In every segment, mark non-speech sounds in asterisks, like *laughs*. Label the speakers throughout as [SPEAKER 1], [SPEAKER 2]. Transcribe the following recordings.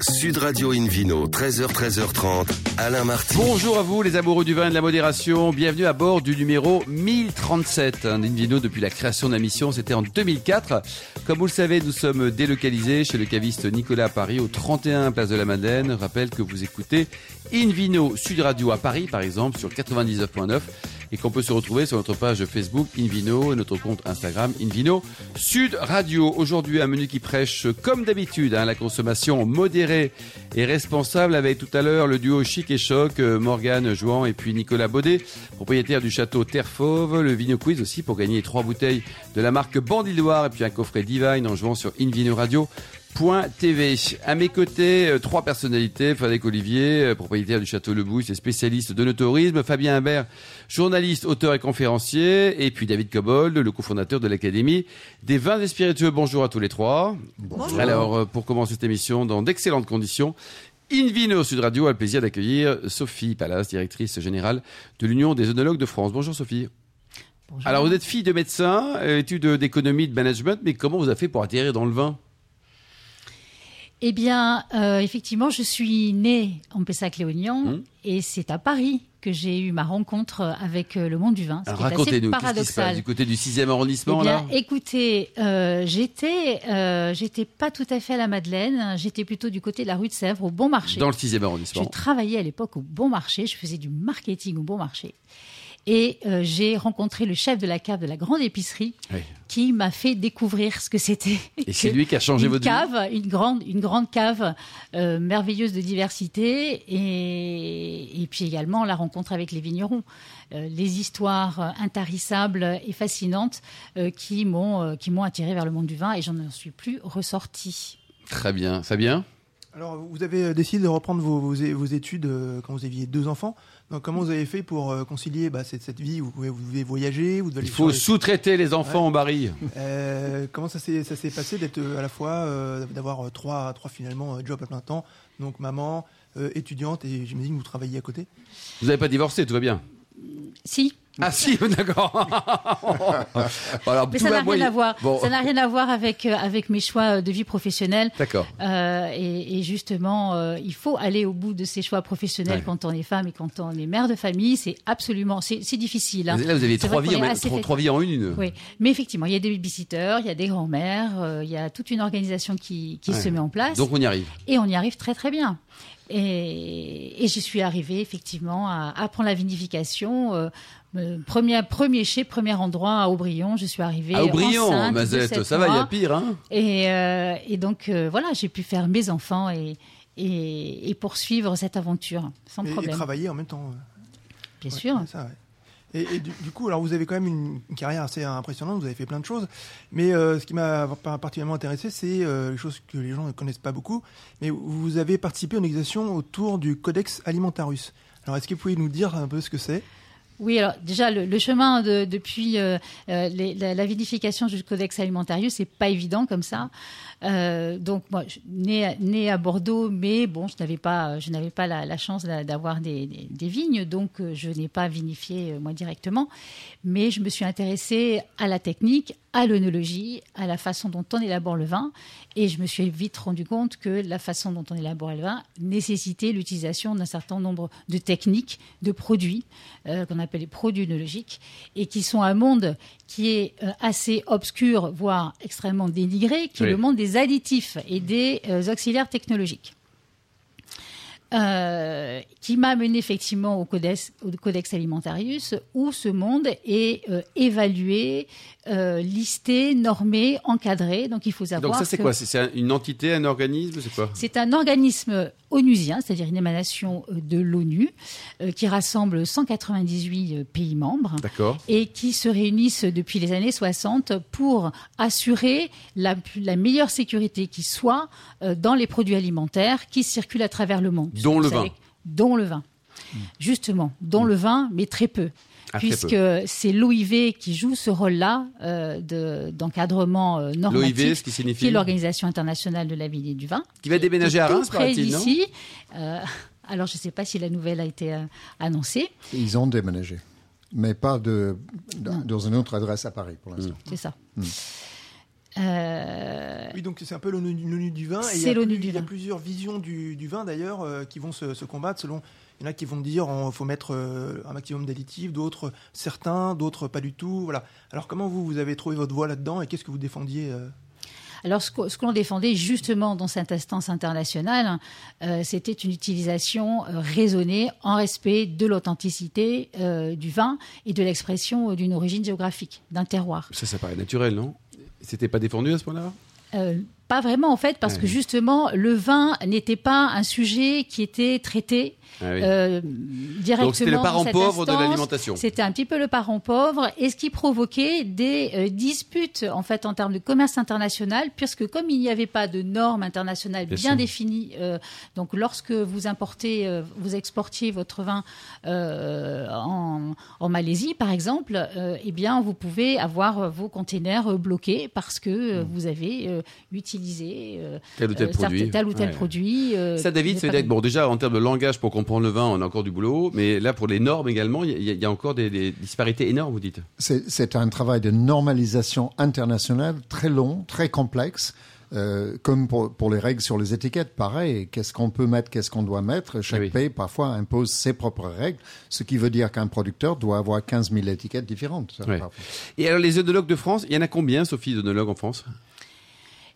[SPEAKER 1] Sud Radio Invino, 13h, 13h30, Alain Marty.
[SPEAKER 2] Bonjour à vous les amoureux du vin et de la modération, bienvenue à bord du numéro 1037 hein, d'Invino depuis la création de la mission, c'était en 2004. Comme vous le savez, nous sommes délocalisés chez le caviste Nicolas à Paris au 31 Place de la Madeleine. Rappelle que vous écoutez Invino Sud Radio à Paris par exemple sur 99.9 et qu'on peut se retrouver sur notre page Facebook Invino et notre compte Instagram Invino Sud Radio. Aujourd'hui, un menu qui prêche, comme d'habitude, hein, la consommation modérée et responsable avec tout à l'heure le duo Chic et Choc, euh, Morgane Jouan et puis Nicolas Baudet, propriétaire du château Terre Fauve, le Vino Quiz aussi pour gagner trois bouteilles de la marque Bandidoire et puis un coffret Divine en jouant sur Invino Radio. TV. À mes côtés, euh, trois personnalités. Frédéric Olivier, euh, propriétaire du Château Le Bouche et spécialiste de l'autorisme. Fabien Imbert, journaliste, auteur et conférencier. Et puis David Cobold, le cofondateur de l'Académie des vins et spiritueux. Bonjour à tous les trois.
[SPEAKER 3] Bonjour.
[SPEAKER 2] Alors, euh, pour commencer cette émission dans d'excellentes conditions, Invino Sud Radio a le plaisir d'accueillir Sophie Palas, directrice générale de l'Union des œnologues de France. Bonjour Sophie.
[SPEAKER 4] Bonjour.
[SPEAKER 2] Alors, vous êtes fille de médecin, euh, études d'économie, de management, mais comment vous avez fait pour atterrir dans le vin
[SPEAKER 4] Eh bien, euh, effectivement, je suis née en Pessac-Léognan
[SPEAKER 2] Hum.
[SPEAKER 4] et c'est à Paris que j'ai eu ma rencontre avec euh, le monde du vin, ce
[SPEAKER 2] Alors,
[SPEAKER 4] qui est assez
[SPEAKER 2] Racontez-nous, qu'est-ce qui se passe
[SPEAKER 4] paradoxal.
[SPEAKER 2] du côté du 6e
[SPEAKER 4] Eh
[SPEAKER 2] arrondissement
[SPEAKER 4] bien,
[SPEAKER 2] là
[SPEAKER 4] écoutez, euh, j'étais, euh, j'étais pas tout à fait à la Madeleine. J'étais plutôt du côté de la rue de Sèvres, au Bon Marché.
[SPEAKER 2] Dans le 6e
[SPEAKER 4] Je
[SPEAKER 2] arrondissement.
[SPEAKER 4] travaillais à l'époque au Bon Marché. Je faisais du marketing au Bon Marché. Et euh, j'ai rencontré le chef de la cave de la grande épicerie
[SPEAKER 2] Oui.
[SPEAKER 4] qui m'a fait découvrir ce que c'était.
[SPEAKER 2] Et c'est
[SPEAKER 4] que-
[SPEAKER 2] lui qui a changé
[SPEAKER 4] une
[SPEAKER 2] votre vie
[SPEAKER 4] cave, une grande, une grande cave euh, merveilleuse de diversité et, et puis également la rencontre avec les vignerons, Euh, les histoires euh, intarissables et fascinantes euh, qui m'ont euh, qui m'ont attiré vers le monde du vin et j'en suis plus ressortie.
[SPEAKER 2] Très bien. Fabien
[SPEAKER 3] Alors, vous avez euh, décidé de reprendre vos, vos, é- vos études euh, quand vous aviez deux enfants. Donc, comment vous avez fait pour euh, concilier bah, cette, cette vie où vous, vous devez voyager, vous devez aller
[SPEAKER 2] Il faut
[SPEAKER 3] sur les-
[SPEAKER 2] sous-traiter les enfants en baril.
[SPEAKER 3] Euh, Comment ça s'est ça s'est passé d'être euh, à la fois euh, d'avoir euh, trois trois finalement euh, jobs à plein temps, donc maman, euh, étudiante et j'imagine que vous travaillez à côté.
[SPEAKER 2] Vous n'avez pas divorcé, tout va bien
[SPEAKER 4] Si,
[SPEAKER 2] Ah si, *laughs* d'accord. Alors,
[SPEAKER 4] mais
[SPEAKER 2] tout
[SPEAKER 4] ça
[SPEAKER 2] va
[SPEAKER 4] n'a rien
[SPEAKER 2] moyen-
[SPEAKER 4] à voir.
[SPEAKER 2] Bon,
[SPEAKER 4] Ça n'a rien à voir avec euh, avec mes choix de vie professionnelle.
[SPEAKER 2] D'accord.
[SPEAKER 4] Euh, et, et justement, euh, il faut aller au bout de ses choix professionnels
[SPEAKER 2] Ouais.
[SPEAKER 4] quand on est femme et quand on est mère de famille. C'est absolument, c'est c'est difficile. hein.
[SPEAKER 2] Là, vous avez
[SPEAKER 4] C'est
[SPEAKER 2] trois
[SPEAKER 4] vrai
[SPEAKER 2] vies,
[SPEAKER 4] qu'on
[SPEAKER 2] en-
[SPEAKER 4] est assez
[SPEAKER 2] trois,
[SPEAKER 4] fait-
[SPEAKER 2] trois vies en une. une.
[SPEAKER 4] Oui, mais effectivement, il y a des babysitters, il y a des grands-mères, euh, il y a toute une organisation qui, qui
[SPEAKER 2] Ouais.
[SPEAKER 4] se met en place
[SPEAKER 2] Donc on y arrive.
[SPEAKER 4] et on y arrive très très bien. Et, et je suis arrivée effectivement à apprendre la vinification. euh, euh, premier, premier chez, premier endroit à Aubryon, je suis arrivée
[SPEAKER 2] Ah, au brillant,
[SPEAKER 4] enceinte de
[SPEAKER 2] Mazette,
[SPEAKER 4] sept
[SPEAKER 2] ça va, il y a
[SPEAKER 4] mois.
[SPEAKER 2] pire. Hein
[SPEAKER 4] Et, euh, et donc euh, voilà, j'ai pu faire mes enfants et, et, et poursuivre cette aventure sans
[SPEAKER 3] Et- et,
[SPEAKER 4] problème.
[SPEAKER 3] travailler en même temps. euh.
[SPEAKER 4] Bien
[SPEAKER 3] Ouais,
[SPEAKER 4] sûr.
[SPEAKER 3] c'est ça, ouais. Et, et du, du coup, alors vous avez quand même une, une carrière assez impressionnante, vous avez fait plein de choses. Mais euh, ce qui m'a par- particulièrement intéressé, c'est euh, les choses que les gens ne connaissent pas beaucoup. Mais vous avez participé à une organisation autour du Codex Alimentarus. Alors, est-ce que vous pouvez nous dire un peu ce que c'est
[SPEAKER 4] Oui, alors déjà, le, le chemin de, depuis euh, euh, les- la, la vinification du Codex Alimentarius, c'est pas évident comme ça. Euh, donc, moi, je, née, à- née à Bordeaux, mais bon, je n'avais pas, je n'avais pas la, la chance d'a- d'avoir des, des- des vignes, donc euh, je n'ai pas vinifié euh, moi directement. Mais je me suis intéressée à la technique, à l'œnologie, à la façon dont on élabore le vin, et je me suis vite rendu compte que la façon dont on élabore le vin nécessitait l'utilisation d'un certain nombre de techniques, de produits euh, qu'on appelle les produits œnologiques, et qui sont un monde qui est euh, assez obscur, voire extrêmement dénigré, qui
[SPEAKER 2] Oui.
[SPEAKER 4] est le monde des additifs et des euh, auxiliaires technologiques. Euh, qui m'a mené effectivement au codex, au codex alimentarius, où ce monde est euh, évalué, euh, listé, normé, encadré. Donc il faut savoir.
[SPEAKER 2] Donc ça, c'est
[SPEAKER 4] que-
[SPEAKER 2] quoi C'est- C'est un- une entité, un organisme C'est quoi
[SPEAKER 4] c'est un organisme onusien, c'est-à-dire une émanation euh, de l'ONU, euh, qui rassemble 198 euh, pays membres
[SPEAKER 2] D'accord.
[SPEAKER 4] et qui se réunissent depuis les années 60 pour assurer la, la meilleure sécurité qui soit euh, dans les produits alimentaires qui circulent à travers le monde.
[SPEAKER 2] Dont le
[SPEAKER 4] Vous savez,
[SPEAKER 2] vin.
[SPEAKER 4] Dont le vin. Justement, dont le vin, mais très peu.
[SPEAKER 2] Ah, très
[SPEAKER 4] puisque c'est l'OIV qui joue ce rôle-là euh, de- d'encadrement euh,
[SPEAKER 2] L'OIV,
[SPEAKER 4] normatif,
[SPEAKER 2] ce qui signifie
[SPEAKER 4] qui est l'Organisation internationale de la vigne et du vin
[SPEAKER 2] Qui va déménager à
[SPEAKER 4] tout
[SPEAKER 2] Reims,
[SPEAKER 4] près
[SPEAKER 2] paraît-il, non
[SPEAKER 4] d'ici. Euh, *laughs* alors, je ne sais pas si la nouvelle a été euh, annoncée.
[SPEAKER 5] Ils ont déménagé,
[SPEAKER 4] Mm.
[SPEAKER 2] Hmm.
[SPEAKER 5] mais pas de, dans dans une autre adresse à Paris pour l'instant.
[SPEAKER 4] C'est ça. Euh,
[SPEAKER 3] Oui, donc c'est un peu l'ONU l'ONU du vin. et il y a
[SPEAKER 4] C'est l'ONU
[SPEAKER 3] plus-
[SPEAKER 4] du
[SPEAKER 3] Il y a
[SPEAKER 4] vin.
[SPEAKER 3] plusieurs visions du, du vin d'ailleurs euh, qui vont se, se combattre selon. Il y en a qui vont dire il faut mettre euh, un maximum d'additifs, d'autres certains, d'autres pas du tout. Voilà. Alors comment vous vous avez trouvé votre voie là-dedans et qu'est-ce que vous défendiez euh
[SPEAKER 4] Alors, ce qu'o- ce que l'on défendait justement dans cette instance internationale, euh, c'était une utilisation euh, raisonnée en respect de l'authenticité euh, du vin et de l'expression euh, d'une origine géographique, d'un terroir.
[SPEAKER 2] Ça, ça paraît naturel, non C'était pas défendu à ce point-là
[SPEAKER 4] Euh, pas vraiment en fait, parce
[SPEAKER 2] Ouais.
[SPEAKER 4] que justement, le vin n'était pas un sujet qui était traité
[SPEAKER 2] Ah oui.
[SPEAKER 4] euh, directement.
[SPEAKER 2] Donc c'était le
[SPEAKER 4] dans
[SPEAKER 2] parent
[SPEAKER 4] cette
[SPEAKER 2] pauvre de
[SPEAKER 4] instance.
[SPEAKER 2] l'alimentation.
[SPEAKER 4] C'était un petit peu le parent pauvre et ce qui provoquait des euh, disputes en fait en termes de commerce international puisque comme il n'y avait pas de normes internationales
[SPEAKER 2] Bien
[SPEAKER 4] bien,
[SPEAKER 2] sûr.
[SPEAKER 4] définies, euh, donc lorsque vous importez, euh, vous exportiez votre vin euh, en, en Malaisie par exemple, euh, eh bien vous pouvez avoir vos containers euh, bloqués parce que euh, vous avez euh, utilisé euh,
[SPEAKER 2] Tel ou Hmm. tel
[SPEAKER 4] euh,
[SPEAKER 2] produit.
[SPEAKER 4] tel ou tel
[SPEAKER 2] Ouais.
[SPEAKER 4] produit. euh,
[SPEAKER 2] Ça,
[SPEAKER 4] qui
[SPEAKER 2] David,
[SPEAKER 4] n'est
[SPEAKER 2] ça
[SPEAKER 4] pas
[SPEAKER 2] veut dire
[SPEAKER 4] bon.
[SPEAKER 2] que, bon, déjà, en termes de langage, pour comprendre le vin, on a encore du boulot. Mais là, pour les normes également, il y, a- il y a encore des, des disparités énormes, vous dites.
[SPEAKER 5] C'est c'est un travail de normalisation internationale très long, très complexe. euh, comme pour, pour les règles sur les étiquettes, pareil, qu'est-ce qu'on peut mettre, qu'est-ce qu'on doit mettre. Chaque
[SPEAKER 2] Oui.
[SPEAKER 5] pays, parfois, impose ses propres règles, ce qui veut dire qu'un producteur doit avoir 15 000 étiquettes différentes.
[SPEAKER 2] Ouais. Et alors, les œnologues de France, il y en a combien, Sophie, d'œnologues en France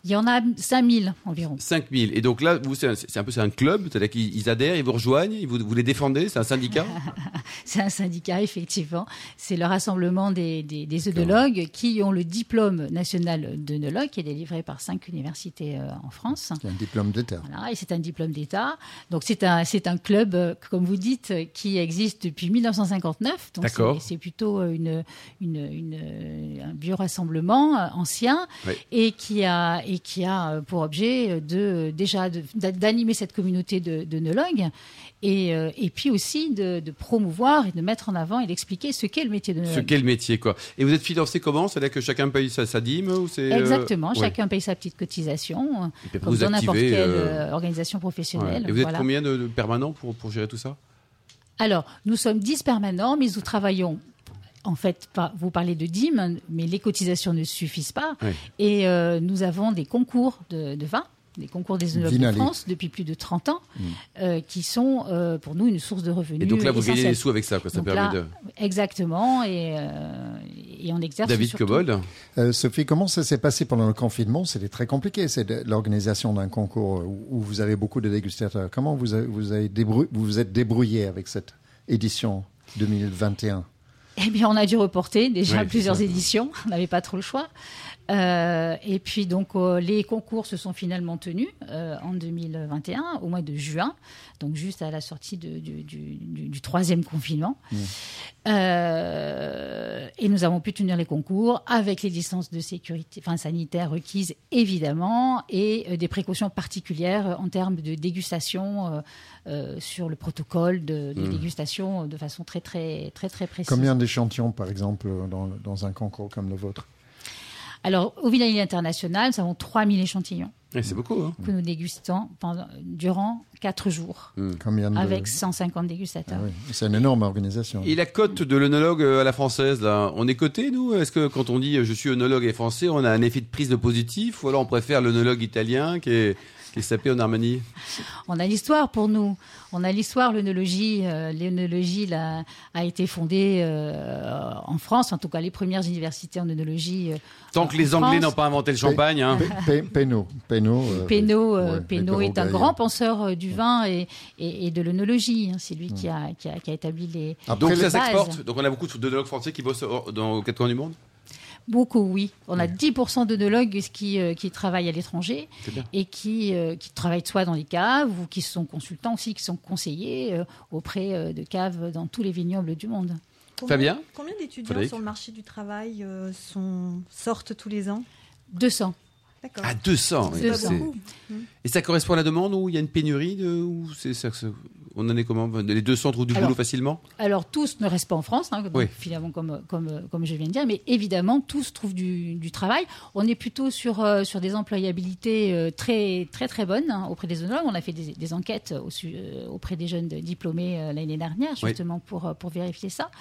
[SPEAKER 4] Il y en a 5000 environ.
[SPEAKER 2] 5000. Et donc là, vous, c'est un, c'est un peu c'est un club, c'est-à-dire qu'ils ils adhèrent, ils vous rejoignent, ils vous, vous les défendez, c'est un syndicat
[SPEAKER 4] *laughs* C'est un syndicat, effectivement. C'est le rassemblement des, des, des œnologues qui ont le diplôme national d'œnologue qui est délivré par cinq universités euh, en France.
[SPEAKER 5] Il y a un diplôme d'État.
[SPEAKER 4] Voilà, et c'est un diplôme d'État. Donc c'est un, c'est un club, euh, comme vous dites, euh, qui existe depuis 1959. Donc
[SPEAKER 2] D'accord.
[SPEAKER 4] C'est, c'est plutôt euh, une, une, une, euh, un biorassemblement euh, ancien
[SPEAKER 2] Oui.
[SPEAKER 4] et, qui a, et qui a euh, pour objet euh, de, déjà de- d'a- d'animer cette communauté de, de nologues et, euh, et puis aussi de, de promouvoir et de mettre en avant et d'expliquer ce qu'est le métier de
[SPEAKER 2] Ce
[SPEAKER 4] nologue.
[SPEAKER 2] quel métier, quoi. Et vous êtes financé comment C'est-à-dire que chacun paye sa, sa dîme ou c'est, euh,
[SPEAKER 4] Exactement,
[SPEAKER 2] ouais.
[SPEAKER 4] chacun paye sa petite cotisation, euh,
[SPEAKER 2] Et puis après,
[SPEAKER 4] comme
[SPEAKER 2] vous
[SPEAKER 4] dans n'importe
[SPEAKER 2] activez,
[SPEAKER 4] quelle
[SPEAKER 2] euh,
[SPEAKER 4] euh, organisation
[SPEAKER 2] ouais.
[SPEAKER 4] professionnelle.
[SPEAKER 2] Et vous êtes
[SPEAKER 4] voilà.
[SPEAKER 2] combien de, de permanents pour, pour gérer tout ça
[SPEAKER 4] Alors, nous sommes 10 permanents, mais nous travaillons. En fait, pas- vous parlez de DIM, mais les cotisations ne suffisent pas.
[SPEAKER 2] Oui.
[SPEAKER 4] Et euh, nous avons des concours de, de vin, des concours des œnologues de
[SPEAKER 5] Vinali.
[SPEAKER 4] France depuis plus de 30 ans, euh, qui sont euh, pour nous une source de revenus.
[SPEAKER 2] Mm. Et donc là, vous gagnez
[SPEAKER 4] essentielle.
[SPEAKER 2] des sous avec ça, quoi. Ça
[SPEAKER 4] Donc
[SPEAKER 2] permet
[SPEAKER 4] là,
[SPEAKER 2] de.
[SPEAKER 4] Exactement, et, euh, et on exerce.
[SPEAKER 2] David
[SPEAKER 4] surtout-
[SPEAKER 2] Cobold
[SPEAKER 5] Euh, Sophie, comment ça s'est passé pendant le confinement C'était très compliqué, c'est de- l'organisation d'un concours où, où vous avez beaucoup de dégustateurs. Comment vous avez- vous, avez débrou- vous vous êtes débrouillé avec cette édition 2021
[SPEAKER 4] *laughs* Eh bien, on a dû reporter déjà
[SPEAKER 2] Ouais, c'est
[SPEAKER 4] plusieurs
[SPEAKER 2] ça.
[SPEAKER 4] éditions. On n'avait pas trop le choix. Euh, et puis, donc, euh, les concours se sont finalement tenus euh, en 2021, au mois de juin, donc juste à la sortie de- du, du- du- du troisième confinement. Euh, et nous avons pu tenir les concours avec les licences de sécurité, enfin sanitaires requises, évidemment, et euh, des précautions particulières euh, en termes de dégustation euh, euh, sur le protocole de, de dégustation euh, de façon très, très, très, très précise.
[SPEAKER 5] Combien d'échantillons, par exemple, dans, dans un concours comme le vôtre
[SPEAKER 4] Alors, au Villalier International, nous avons 3000 échantillons
[SPEAKER 2] Eh, C'est beaucoup, hein
[SPEAKER 4] que nous dégustons pendant, durant 4 jours
[SPEAKER 5] Combien de-
[SPEAKER 4] avec 150 dégustateurs.
[SPEAKER 5] Mmh. Ah oui, C'est une énorme organisation.
[SPEAKER 2] Et la cote de l'œnologue euh, à la française, là, on est coté, nous Est-ce que quand on dit euh, je suis œnologue et français, on a un effet de prise de positif Ou alors on préfère l'œnologue italien qui est, qui est sapé en Arménie
[SPEAKER 4] On a l'histoire pour nous. On a l'histoire, l'œnologie. euh, l'œnologie là, a été fondée euh, en France, en tout cas les premières universités en œnologie. euh,
[SPEAKER 5] Ah
[SPEAKER 2] Tant que les Anglais
[SPEAKER 4] France-
[SPEAKER 2] n'ont pas inventé le champagne, hein.
[SPEAKER 5] Pe- Pe- Penaud. Penaud, euh,
[SPEAKER 4] Pénaud, euh,
[SPEAKER 5] ouais,
[SPEAKER 4] Pénaud
[SPEAKER 5] les
[SPEAKER 4] est un
[SPEAKER 5] Pérogaïens.
[SPEAKER 4] grand penseur euh, du vin et, et- et de l'œnologie. hein. C'est lui qui a, qui a- qui a établi les...
[SPEAKER 5] Après,
[SPEAKER 2] Donc
[SPEAKER 5] les-
[SPEAKER 2] ça
[SPEAKER 4] bases.
[SPEAKER 2] s'exporte. Donc on a beaucoup d'œnologues français qui bossent hors- dans aux quatre coins du monde.
[SPEAKER 4] Beaucoup, oui. On a 10% d'œnologues qui, euh, qui travaillent à l'étranger
[SPEAKER 2] C'est bien.
[SPEAKER 4] et qui, euh, qui travaillent soit dans les caves ou qui sont consultants aussi, qui sont conseillers euh, auprès euh, de caves dans tous les vignobles du monde.
[SPEAKER 2] Fabien
[SPEAKER 6] Combien d'étudiants
[SPEAKER 2] Frédéric
[SPEAKER 6] sur le marché du travail euh, sont, sortent tous les ans
[SPEAKER 4] 200.
[SPEAKER 6] D'accord.
[SPEAKER 2] À 200. oui,
[SPEAKER 4] C'est
[SPEAKER 6] pas
[SPEAKER 2] Ah, c'est-
[SPEAKER 6] beaucoup.
[SPEAKER 2] *laughs* Et ça correspond à la demande ou il y a une pénurie de, ou c'est, ça- ça- On en est comment Les 200 trouvent du
[SPEAKER 4] Alors-
[SPEAKER 2] boulot facilement
[SPEAKER 4] Alors tous ne restent pas en France, hein, donc,
[SPEAKER 2] Oui.
[SPEAKER 4] finalement comme, comme, comme je viens de dire, mais évidemment tous trouvent du, du travail. On est plutôt sur, euh, sur des employabilités euh, très très très bonnes hein, auprès des œnologues. On a fait des, des enquêtes au su- euh, auprès des jeunes de- diplômés euh, l'année dernière
[SPEAKER 2] Oui.
[SPEAKER 4] justement pour, euh, pour vérifier ça.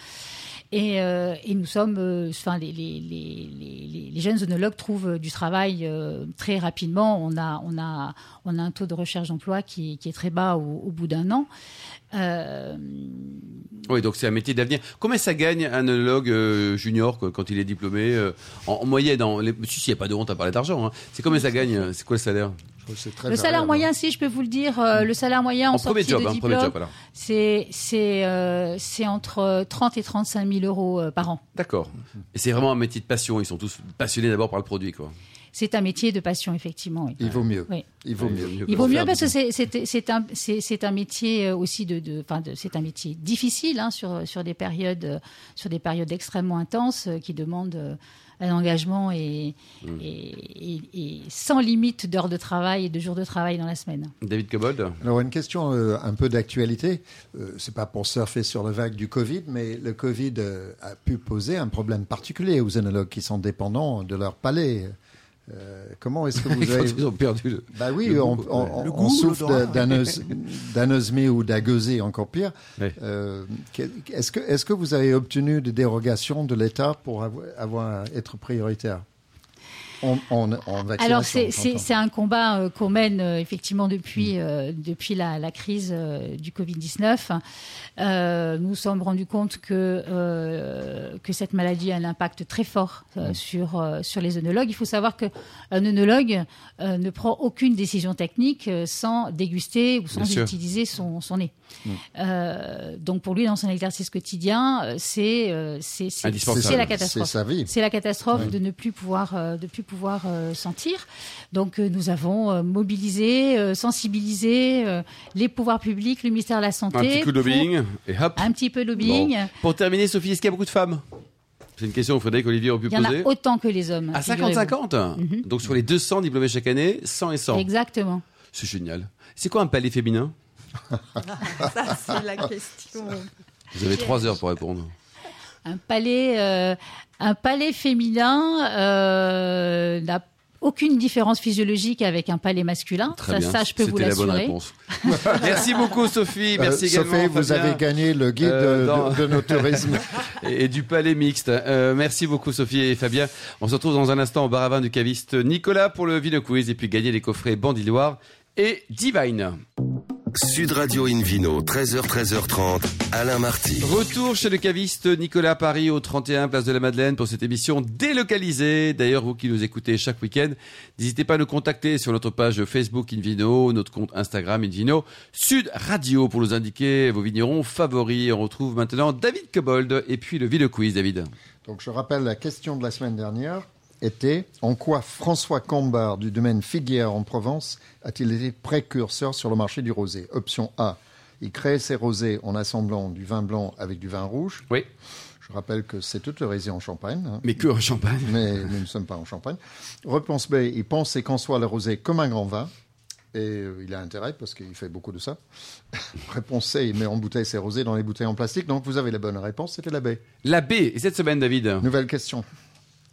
[SPEAKER 4] Et, euh, et nous sommes, euh, enfin, les, les, les- les- les- les jeunes œnologues trouvent euh, du travail euh, très rapidement. On a, on, a, on a un taux de recherche d'emploi qui, qui est très bas au, au bout d'un an. Euh,
[SPEAKER 2] Oui, donc c'est un métier d'avenir. Combien ça gagne un œnologue euh, junior quoi, quand il est diplômé euh, en, en moyenne en, les- Si, s'il n'y a pas de honte à parler d'argent. hein. C'est combien ça gagne euh, C'est quoi le salaire
[SPEAKER 5] Je trouve que Oh, c'est très
[SPEAKER 4] le salaire
[SPEAKER 5] variable.
[SPEAKER 4] moyen, si je peux vous le dire, euh, le salaire moyen en,
[SPEAKER 2] En premier
[SPEAKER 4] sortie
[SPEAKER 2] job,
[SPEAKER 4] de
[SPEAKER 2] hein,
[SPEAKER 4] diplôme,
[SPEAKER 2] premier job alors.
[SPEAKER 4] c'est c'est euh, c'est entre 30 et 35 000 euros euh, par an.
[SPEAKER 2] D'accord. Et c'est vraiment un métier de passion. Ils sont tous passionnés d'abord par le produit. Quoi.
[SPEAKER 4] C'est un métier de passion, effectivement. oui.
[SPEAKER 5] Il vaut mieux.
[SPEAKER 4] Oui.
[SPEAKER 5] Il vaut mieux.
[SPEAKER 4] Il vaut
[SPEAKER 2] faire
[SPEAKER 4] mieux parce que
[SPEAKER 2] du-
[SPEAKER 4] c'est- c'est c'est un, c'est- c'est un métier euh, aussi de, de, enfin de- c'est un métier difficile hein, sur, sur des périodes, euh, sur des périodes extrêmement intenses euh, qui demandent euh, un engagement et,
[SPEAKER 2] Mmh.
[SPEAKER 4] et, et- et sans limite d'heures de travail et de jours de travail dans la semaine.
[SPEAKER 2] David Cobold
[SPEAKER 5] Alors une question euh, un peu d'actualité, euh, c'est pas pour surfer sur la vague du Covid, mais le Covid euh, a pu poser un problème particulier aux œnologues qui sont dépendants de leur palais. Euh,
[SPEAKER 2] *laughs*
[SPEAKER 5] comment est-ce que vous
[SPEAKER 2] Quand
[SPEAKER 5] avez...
[SPEAKER 2] ils ont perdu le...
[SPEAKER 5] Bah oui,
[SPEAKER 2] Le
[SPEAKER 5] on,
[SPEAKER 2] goût,
[SPEAKER 5] on-
[SPEAKER 2] ouais.
[SPEAKER 5] on-
[SPEAKER 3] Le
[SPEAKER 5] on
[SPEAKER 3] goût,
[SPEAKER 5] souffre
[SPEAKER 3] l'odorat. *laughs*
[SPEAKER 5] de- d'anos- d'anosmie ou d'agosé, encore pire.
[SPEAKER 2] Ouais.
[SPEAKER 5] Euh, que- est-ce que, est que vous avez obtenu des dérogations de l'État pour avo- avoir, être prioritaire en, en, en vaccination
[SPEAKER 4] Alors c'est- c'est
[SPEAKER 5] j'entends.
[SPEAKER 4] c'est un combat euh, qu'on mène euh, effectivement depuis, euh, depuis la, la crise euh, du Covid-19. Euh, nous nous sommes rendus compte que, euh, que cette maladie a un impact très fort euh, sur, euh, sur les œnologues. Il faut savoir qu'un œnologue euh, ne prend aucune décision technique euh, sans déguster ou sans
[SPEAKER 2] Bien sûr.
[SPEAKER 4] utiliser son, son nez. Euh, donc pour lui, dans son exercice quotidien, euh, c'est euh, c'est- c'est-
[SPEAKER 2] Indispensable.
[SPEAKER 4] c'est la
[SPEAKER 5] C'est
[SPEAKER 4] catastrophe.
[SPEAKER 5] sa vie.
[SPEAKER 4] C'est la catastrophe de ne plus pouvoir, euh, de plus pouvoir euh, sentir. Donc euh, nous avons euh, mobilisé, euh, sensibilisé euh, les pouvoirs publics, le ministère de la Santé.
[SPEAKER 2] Un petit coup de
[SPEAKER 4] pour-
[SPEAKER 2] lobbying et hop.
[SPEAKER 4] Un petit peu de lobbying.
[SPEAKER 2] Bon. Pour terminer, Sophie, est-ce qu'il y a beaucoup de femmes C'est une question que Frédéric Olivier aurait pu
[SPEAKER 4] Il y en
[SPEAKER 2] poser.
[SPEAKER 4] a autant que les hommes.
[SPEAKER 2] À
[SPEAKER 4] figurez-vous. Mhm.
[SPEAKER 2] 50-50 Ah, Donc sur les 200 diplômés chaque année, 100 et 100.
[SPEAKER 4] Exactement.
[SPEAKER 2] C'est génial. C'est quoi un palais féminin
[SPEAKER 6] Ça, c'est la question.
[SPEAKER 2] Vous avez 3 heures pour répondre.
[SPEAKER 4] Un palais, euh, un palais féminin euh, n'a aucune différence physiologique avec un palais masculin.
[SPEAKER 2] Très
[SPEAKER 4] ça,
[SPEAKER 2] bien.
[SPEAKER 4] ça, je peux vous
[SPEAKER 2] C'était la bonne
[SPEAKER 4] l'assurer. *laughs*
[SPEAKER 2] réponse. Merci beaucoup, Sophie. Merci
[SPEAKER 5] Euh,
[SPEAKER 2] également.
[SPEAKER 5] Sophie, vous
[SPEAKER 2] Fabien.
[SPEAKER 5] avez gagné le guide
[SPEAKER 2] Euh,
[SPEAKER 5] de-
[SPEAKER 2] dans- *laughs*
[SPEAKER 5] de, de nos tourismes.
[SPEAKER 2] et, et du palais mixte. Euh, merci beaucoup Sophie et Fabien. On se retrouve dans un instant au bar à vin du caviste Nicolas pour le Vino Quiz et puis gagner les coffrets Bandiloire et Divine.
[SPEAKER 1] Sud Radio Invino, 13h, 13h30, Alain Marty.
[SPEAKER 2] Retour chez le caviste Nicolas Paris au 31 Place de la Madeleine pour cette émission délocalisée. D'ailleurs, vous qui nous écoutez chaque week-end, n'hésitez pas à nous contacter sur notre page Facebook Invino, notre compte Instagram Invino, Sud Radio pour nous indiquer vos vignerons favoris. On retrouve maintenant David Cobold et puis le Vino Quiz, David.
[SPEAKER 5] Donc je rappelle la question de la semaine dernière était en quoi François Combard du domaine Figuière en Provence a-t-il été précurseur sur le marché du rosé Option A, il crée ses rosés en assemblant du vin blanc avec du vin rouge.
[SPEAKER 2] Oui,
[SPEAKER 5] Je rappelle que c'est autorisé en Champagne. hein,
[SPEAKER 2] mais que en champagne.
[SPEAKER 5] mais nous ne sommes pas en Champagne. Réponse B, il pensait qu'on soit le rosé comme un grand vin. Et euh, il a intérêt parce qu'il fait beaucoup de ça. *laughs* réponse C, il met en bouteille ses rosés dans les bouteilles en plastique. Donc vous avez la bonne réponse, c'était la B.
[SPEAKER 2] La B. Et cette semaine, David
[SPEAKER 5] Nouvelle question.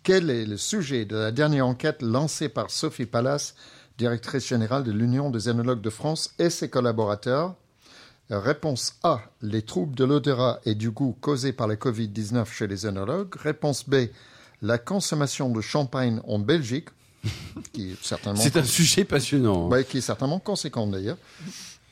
[SPEAKER 5] Quel est le sujet de la dernière enquête lancée par Sophie Pallas, directrice générale de l'Union des œnologues de France et ses collaborateurs Réponse A. Les troubles de l'odorat et du goût causés par la Covid-19 chez les œnologues. Réponse B. La consommation de champagne en Belgique, qui est certainement,
[SPEAKER 2] C'est un sujet passionnant. hein.
[SPEAKER 5] Ouais, qui est certainement conséquente d'ailleurs.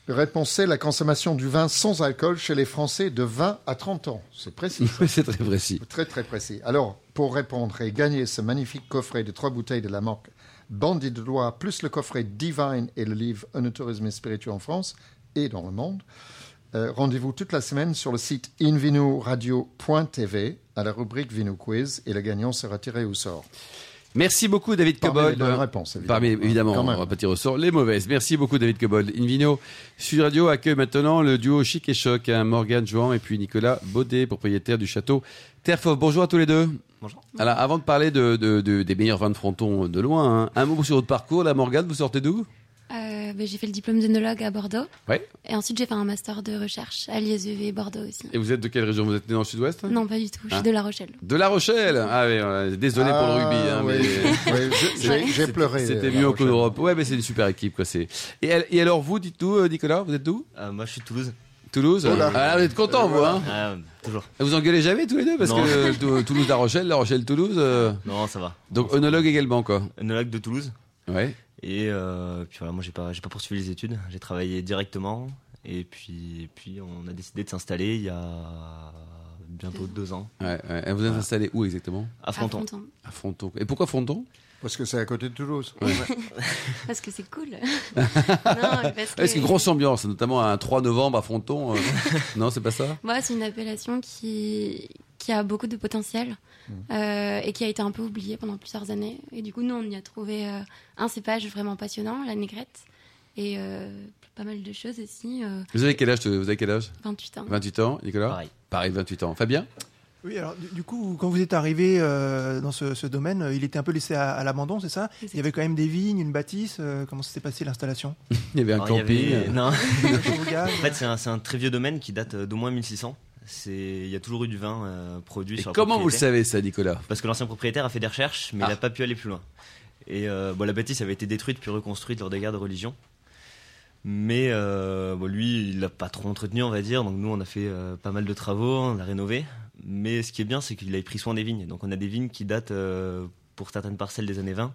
[SPEAKER 5] Réponse C. La consommation du vin sans alcool chez les Français de 20 à 30 ans. C'est précis.
[SPEAKER 2] Oui, *laughs* C'est très précis.
[SPEAKER 5] Très très précis. Alors, pour répondre et gagner ce magnifique coffret de trois bouteilles de la marque Bandit de Loire, plus le coffret Divine et le livre Un tourisme spirituel en France et dans le monde, euh, rendez-vous toute la semaine sur le site invinoradio.tv à la rubrique Vino Quiz et le gagnant sera tiré au sort.
[SPEAKER 2] Merci beaucoup, David
[SPEAKER 5] Parmi
[SPEAKER 2] Cobold.
[SPEAKER 5] les bonnes réponses, évidemment.
[SPEAKER 2] hein. Parmi, évidemment,
[SPEAKER 5] Quand même.
[SPEAKER 2] on va pas tirer au sort les mauvaises. Merci beaucoup, David Cobold. Invino Sud Radio accueille maintenant le duo Chic et Choc, hein, Morgane Jouan et puis Nicolas Baudet, propriétaire du château Terfov. Bonjour à tous les deux.
[SPEAKER 7] Bonjour.
[SPEAKER 2] Alors, avant de parler de, de- de- des meilleurs vins de fronton de loin, hein, un mot sur votre parcours. La Morgane, vous sortez d'où
[SPEAKER 8] Euh, ben, j'ai fait le diplôme d'œnologue à Bordeaux.
[SPEAKER 2] Oui.
[SPEAKER 8] Et ensuite, j'ai fait un master de recherche à l'ISUV Bordeaux aussi.
[SPEAKER 2] Et vous êtes de quelle région Vous êtes né dans le sud-ouest
[SPEAKER 8] Non, pas du tout. Je
[SPEAKER 2] Ah.
[SPEAKER 8] suis de La Rochelle.
[SPEAKER 2] De La Rochelle Ah oui, voilà. désolé pour le rugby. hein,
[SPEAKER 5] Ah,
[SPEAKER 2] mais-
[SPEAKER 5] oui. *laughs* Oui, je- j'ai- J'ai
[SPEAKER 2] C'était-
[SPEAKER 5] pleuré.
[SPEAKER 2] C'était
[SPEAKER 5] euh,
[SPEAKER 2] mieux
[SPEAKER 5] la
[SPEAKER 2] au Coupe
[SPEAKER 5] Rochelle.
[SPEAKER 2] d'Europe. Ouais, mais c'est une super équipe, quoi. C'est. Et, al- et alors vous, dites-nous, euh, Nicolas, vous êtes d'où
[SPEAKER 7] Euh, moi, je suis de Toulouse.
[SPEAKER 2] Toulouse
[SPEAKER 5] Oh là.
[SPEAKER 2] Ah, Vous êtes contents, vous, hein
[SPEAKER 7] Ah, toujours.
[SPEAKER 2] Vous engueulez jamais tous les deux Parce
[SPEAKER 7] Non.
[SPEAKER 2] que euh, Tou- Toulouse-La Rochelle, La Rochelle-Toulouse. euh,
[SPEAKER 7] Non, ça va.
[SPEAKER 2] Donc, onologue également, quoi.
[SPEAKER 7] Œnologue de Toulouse.
[SPEAKER 2] Ouais.
[SPEAKER 7] Et euh, puis voilà, moi j'ai pas, j'ai pas poursuivi les études. J'ai travaillé directement. Et puis, et puis on a décidé de s'installer il y a bientôt deux ans Ah,
[SPEAKER 2] ouais, ouais. Et vous êtes installé où exactement
[SPEAKER 7] à Fronton.
[SPEAKER 8] Fronton.
[SPEAKER 2] À Fronton. Et pourquoi Fronton
[SPEAKER 5] Parce que c'est à côté de Toulouse.
[SPEAKER 8] Parce que c'est cool. *laughs* non, parce que...
[SPEAKER 2] Est-ce une Eh, grosse ambiance, notamment un 3 novembre à *laughs* Fronton euh, Non, c'est pas ça
[SPEAKER 8] Moi, c'est une appellation qui, qui a beaucoup de potentiel euh, et qui a été un peu oubliée pendant plusieurs années. Et du coup, nous, on y a trouvé euh, un cépage vraiment passionnant, la négrette, et euh, pas mal de choses aussi. euh,
[SPEAKER 2] Vous avez quel âge Vous avez quel âge
[SPEAKER 8] 28 ans.
[SPEAKER 2] 28 ans, Nicolas
[SPEAKER 7] Pareil.
[SPEAKER 2] Pareil, 28 ans. Fabien
[SPEAKER 3] Oui, alors du, du coup, quand vous êtes arrivé euh, dans ce, ce domaine, euh, il était un peu laissé à, à l'abandon, c'est ça Il y avait quand même des vignes, une bâtisse. euh, comment ça s'est passé l'installation
[SPEAKER 2] Il y avait un
[SPEAKER 7] Alors, il y
[SPEAKER 2] camping.
[SPEAKER 7] avait- Non.
[SPEAKER 3] Une machine au gaz,
[SPEAKER 7] En fait, c'est un, c'est un très vieux domaine qui date euh, d'au moins 1600. C'est- Il y a toujours eu du vin euh, produit
[SPEAKER 2] Et
[SPEAKER 7] sur la
[SPEAKER 2] comment vous le savez,
[SPEAKER 7] propriété.
[SPEAKER 2] ça, Nicolas
[SPEAKER 7] Parce que l'ancien propriétaire a fait des recherches, mais
[SPEAKER 2] Ah.
[SPEAKER 7] il n'a pas pu aller plus loin. Et euh, bon, la bâtisse avait été détruite puis reconstruite lors des guerres de religion. Mais euh, bon, lui, il l'a pas trop entretenu, on va dire. Donc nous, on a fait euh, pas mal de travaux, on l'a rénové. Mais ce qui est bien, c'est qu'il a pris soin des vignes. Donc on a des vignes qui datent euh, pour certaines parcelles des années 20,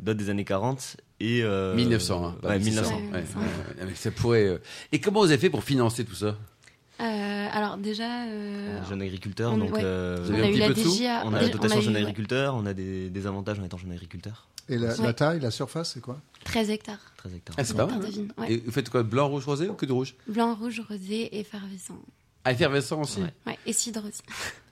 [SPEAKER 7] d'autres des années 40 et euh,
[SPEAKER 2] 1900. hein, pas
[SPEAKER 7] ouais,
[SPEAKER 2] 1600. Ouais,
[SPEAKER 7] 1900.
[SPEAKER 2] ouais, ouais. Mais ça pourrait, euh, Et comment vous avez fait pour financer tout ça
[SPEAKER 8] Euh, alors déjà, euh,
[SPEAKER 7] Un Jeune agriculteur,
[SPEAKER 8] On-
[SPEAKER 7] donc
[SPEAKER 8] ouais.
[SPEAKER 7] euh,
[SPEAKER 2] Vous
[SPEAKER 8] on
[SPEAKER 2] avez Ah, un
[SPEAKER 8] a eu
[SPEAKER 2] petit
[SPEAKER 8] la
[SPEAKER 2] peu de sous
[SPEAKER 8] DGA.
[SPEAKER 7] on a la
[SPEAKER 8] eu-
[SPEAKER 7] dotation jeune
[SPEAKER 8] eu, ouais,
[SPEAKER 7] agriculteur, on a des, des avantages en étant jeune agriculteur.
[SPEAKER 5] Et la,
[SPEAKER 8] Ouais.
[SPEAKER 5] la taille, la surface, c'est quoi
[SPEAKER 8] 13 hectares.
[SPEAKER 7] 13 hectares.
[SPEAKER 2] Ah, c'est pas mal.
[SPEAKER 8] Hectares de vignes, ouais.
[SPEAKER 2] Et vous faites quoi Blanc, rouge, rosé ou que du rouge
[SPEAKER 8] Blanc, rouge, rosé, effervescent.
[SPEAKER 2] Ah, Effervescent aussi.
[SPEAKER 7] Ouais.
[SPEAKER 8] Ouais, et cidre aussi.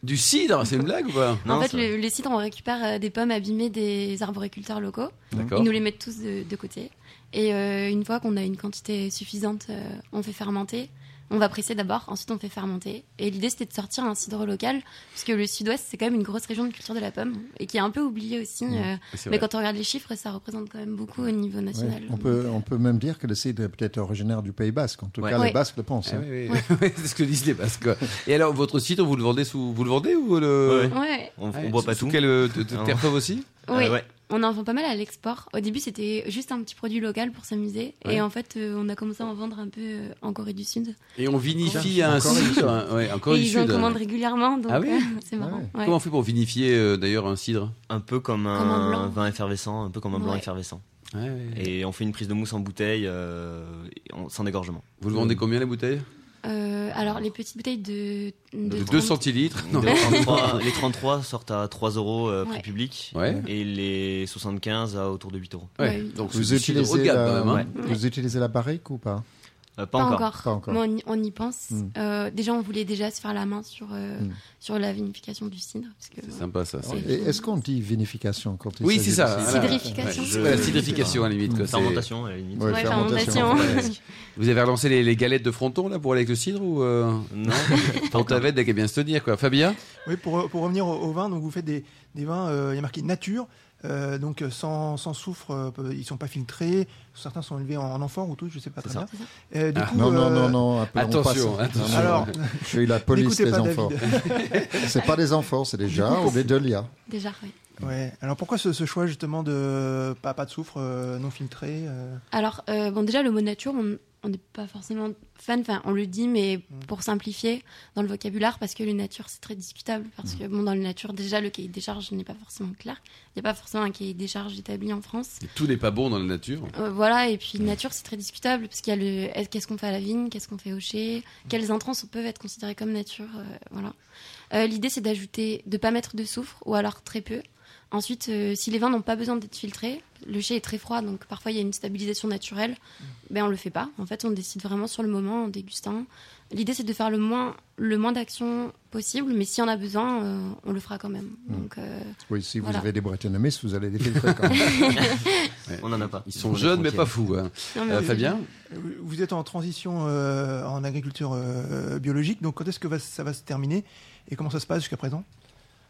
[SPEAKER 2] Du cidre, c'est une blague ou pas
[SPEAKER 7] Non,
[SPEAKER 8] en fait,
[SPEAKER 7] ça-
[SPEAKER 8] le, le cidre, on récupère euh, des pommes abîmées des arboriculteurs locaux.
[SPEAKER 2] D'accord.
[SPEAKER 8] Ils Hein nous les mettent tous de, de côté. Et euh, une fois qu'on a une quantité suffisante, euh, on fait fermenter. On va presser d'abord, ensuite on fait fermenter. Et l'idée c'était de sortir un cidre local, puisque le sud-ouest c'est quand même une grosse région de culture de la pomme, et qui est un peu oubliée aussi. euh,
[SPEAKER 2] Mmh, C'est
[SPEAKER 8] mais
[SPEAKER 2] vrai.
[SPEAKER 8] quand on regarde les chiffres, ça représente quand même beaucoup au niveau national.
[SPEAKER 5] On, peut, on peut même dire que le cidre est peut-être originaire du Pays Basque. En tout
[SPEAKER 2] Ouais.
[SPEAKER 5] cas,
[SPEAKER 8] Ouais.
[SPEAKER 5] les Basques le pensent.
[SPEAKER 2] Ah
[SPEAKER 5] hein.
[SPEAKER 2] oui, oui, oui. *laughs* c'est ce que disent les Basques. quoi. Et alors, votre cidre, vous le vendez sous, vous le vendez ou le
[SPEAKER 7] Ouais,
[SPEAKER 8] Ouais,
[SPEAKER 7] On,
[SPEAKER 2] Ah,
[SPEAKER 7] on boit
[SPEAKER 2] sous-
[SPEAKER 7] pas
[SPEAKER 2] sous
[SPEAKER 7] tout.
[SPEAKER 2] Quel euh, de- de-
[SPEAKER 7] Non.
[SPEAKER 2] Terre Fauve aussi
[SPEAKER 7] Euh,
[SPEAKER 8] ouais.
[SPEAKER 7] ouais.
[SPEAKER 8] On en vend pas mal à l'export. Au début, c'était juste un petit produit local pour s'amuser.
[SPEAKER 2] Ouais.
[SPEAKER 8] Et en fait, euh, on a commencé à en vendre un peu euh, en Corée du Sud.
[SPEAKER 2] Et on vinifie
[SPEAKER 5] Encore
[SPEAKER 2] un
[SPEAKER 5] du Sud.
[SPEAKER 2] cidre. hein, ouais, encore
[SPEAKER 8] et
[SPEAKER 2] du
[SPEAKER 8] ils en
[SPEAKER 2] Sud.
[SPEAKER 8] commandent régulièrement, donc
[SPEAKER 2] Ah oui
[SPEAKER 8] euh, *laughs* c'est marrant.
[SPEAKER 5] Ouais.
[SPEAKER 8] Ouais.
[SPEAKER 2] Comment on fait pour vinifier euh, d'ailleurs un cidre
[SPEAKER 7] Un peu comme un,
[SPEAKER 8] Comme un blanc.
[SPEAKER 7] vin effervescent, un peu comme un blanc
[SPEAKER 8] Ouais.
[SPEAKER 7] effervescent.
[SPEAKER 2] Ouais, ouais.
[SPEAKER 7] Et on fait une prise de mousse en bouteille euh, et on- sans dégorgement.
[SPEAKER 2] Vous le vendez combien la bouteille
[SPEAKER 8] Euh, alors, les petites bouteilles de, de,
[SPEAKER 2] De
[SPEAKER 8] 30,
[SPEAKER 2] 2 centilitres. Non.
[SPEAKER 7] Donc,
[SPEAKER 2] *laughs*
[SPEAKER 7] les 33, les 33 sortent à 3 euros euh, prix
[SPEAKER 8] Ouais.
[SPEAKER 7] public
[SPEAKER 2] Ouais.
[SPEAKER 7] et les 75 à autour de 8 euros.
[SPEAKER 2] Ouais,
[SPEAKER 8] Ouais, oui.
[SPEAKER 2] Donc
[SPEAKER 5] Vous,
[SPEAKER 2] c'est du cidre haut de
[SPEAKER 5] utilisez
[SPEAKER 2] gamme
[SPEAKER 5] la,
[SPEAKER 2] quand même. hein. Bah,
[SPEAKER 8] Ouais.
[SPEAKER 5] vous utilisez la barrique ou pas
[SPEAKER 7] Euh, pas,
[SPEAKER 8] Pas
[SPEAKER 7] encore.
[SPEAKER 8] encore.
[SPEAKER 5] Pas encore.
[SPEAKER 8] Mais on y, on y pense.
[SPEAKER 5] Mm.
[SPEAKER 8] Euh, déjà, on voulait déjà se faire la main sur, euh,
[SPEAKER 5] Mm.
[SPEAKER 8] sur la vinification du cidre. Parce que,
[SPEAKER 2] C'est sympa ça. c'est-
[SPEAKER 5] Euh, Et Est-ce qu'on dit vinification quand il
[SPEAKER 2] Oui,
[SPEAKER 5] s'agit
[SPEAKER 2] c'est ça.
[SPEAKER 5] de
[SPEAKER 2] voilà.
[SPEAKER 8] Cidrification.
[SPEAKER 2] Ouais, voilà, cidrification à la limite. quoi, c'est-
[SPEAKER 7] Fermentation à la limite.
[SPEAKER 5] Ouais,
[SPEAKER 8] Ouais,
[SPEAKER 5] fermentation.
[SPEAKER 7] *laughs*
[SPEAKER 8] fermentation.
[SPEAKER 2] Vous avez relancé les, les galettes de fronton là pour aller avec le cidre ou euh... *laughs*
[SPEAKER 7] Non,
[SPEAKER 2] Tant avec qu'à bien se tenir quoi. Fabien
[SPEAKER 3] Oui, pour, pour revenir au, au vin, donc vous faites des, des vins, euh, il y a marqué nature, euh, donc euh, sans, sans soufre, euh, peu- ils sont pas filtrés, certains sont élevés en, en amphore ou tout, je sais pas très
[SPEAKER 7] ça.
[SPEAKER 3] bien. Euh, du coup,
[SPEAKER 5] Ah. Non, non,
[SPEAKER 3] euh,
[SPEAKER 5] non, non, appelons pas
[SPEAKER 2] Attention,
[SPEAKER 5] ça.
[SPEAKER 2] attention.
[SPEAKER 5] Non, non, non.
[SPEAKER 3] Alors,
[SPEAKER 5] je suis la police
[SPEAKER 3] n'écoutez
[SPEAKER 5] des
[SPEAKER 3] pas
[SPEAKER 5] enfants.
[SPEAKER 3] David.
[SPEAKER 5] C'est pas des enfants, c'est
[SPEAKER 2] *laughs*
[SPEAKER 5] des jars ou des delias.
[SPEAKER 8] Déjà, oui.
[SPEAKER 3] ouais. Alors pourquoi ce, ce choix justement de pas, pas de soufre euh, non filtré euh,
[SPEAKER 8] Alors, euh, bon, déjà, le mot nature, on on n'est pas forcément fan, enfin, on le dit, mais pour simplifier dans le vocabulaire, parce que le nature, c'est très discutable. Parce que, bon, dans le nature, déjà, le cahier des charges n'est pas forcément clair. Il n'y a pas forcément un cahier des charges établi en France.
[SPEAKER 2] Et Tout n'est pas bon dans la nature.
[SPEAKER 8] Euh, voilà, et puis nature, c'est très discutable, parce qu'il y a le est- qu'est-ce qu'on fait à la vigne, qu'est-ce qu'on fait au chai, quels intrants sont- peuvent être considérés comme nature. euh, voilà. Euh, L'idée, c'est d'ajouter, de pas mettre de soufre, ou alors très peu. Ensuite, euh, si les vins n'ont pas besoin d'être filtrés, le chai est très froid, donc parfois il y a une stabilisation naturelle, ben on le fait pas. En fait, on décide vraiment sur le moment, en dégustant. L'idée, c'est de faire le moins, le moins d'actions possible, mais si on a besoin, euh, on le fera quand même. Donc, euh,
[SPEAKER 5] Oui, si vous
[SPEAKER 8] Voilà.
[SPEAKER 5] avez des bretonnomistes, vous allez les filtrer
[SPEAKER 2] *laughs*
[SPEAKER 5] quand même.
[SPEAKER 7] on en a pas.
[SPEAKER 2] Ils sont jeunes mais pas fous. hein.
[SPEAKER 8] non, mais
[SPEAKER 2] Euh,
[SPEAKER 8] c'est-
[SPEAKER 2] Fabien
[SPEAKER 3] Vous êtes en transition euh, en agriculture euh, biologique, donc quand est-ce que va- ça va se terminer et comment ça se passe jusqu'à
[SPEAKER 5] *laughs*
[SPEAKER 3] présent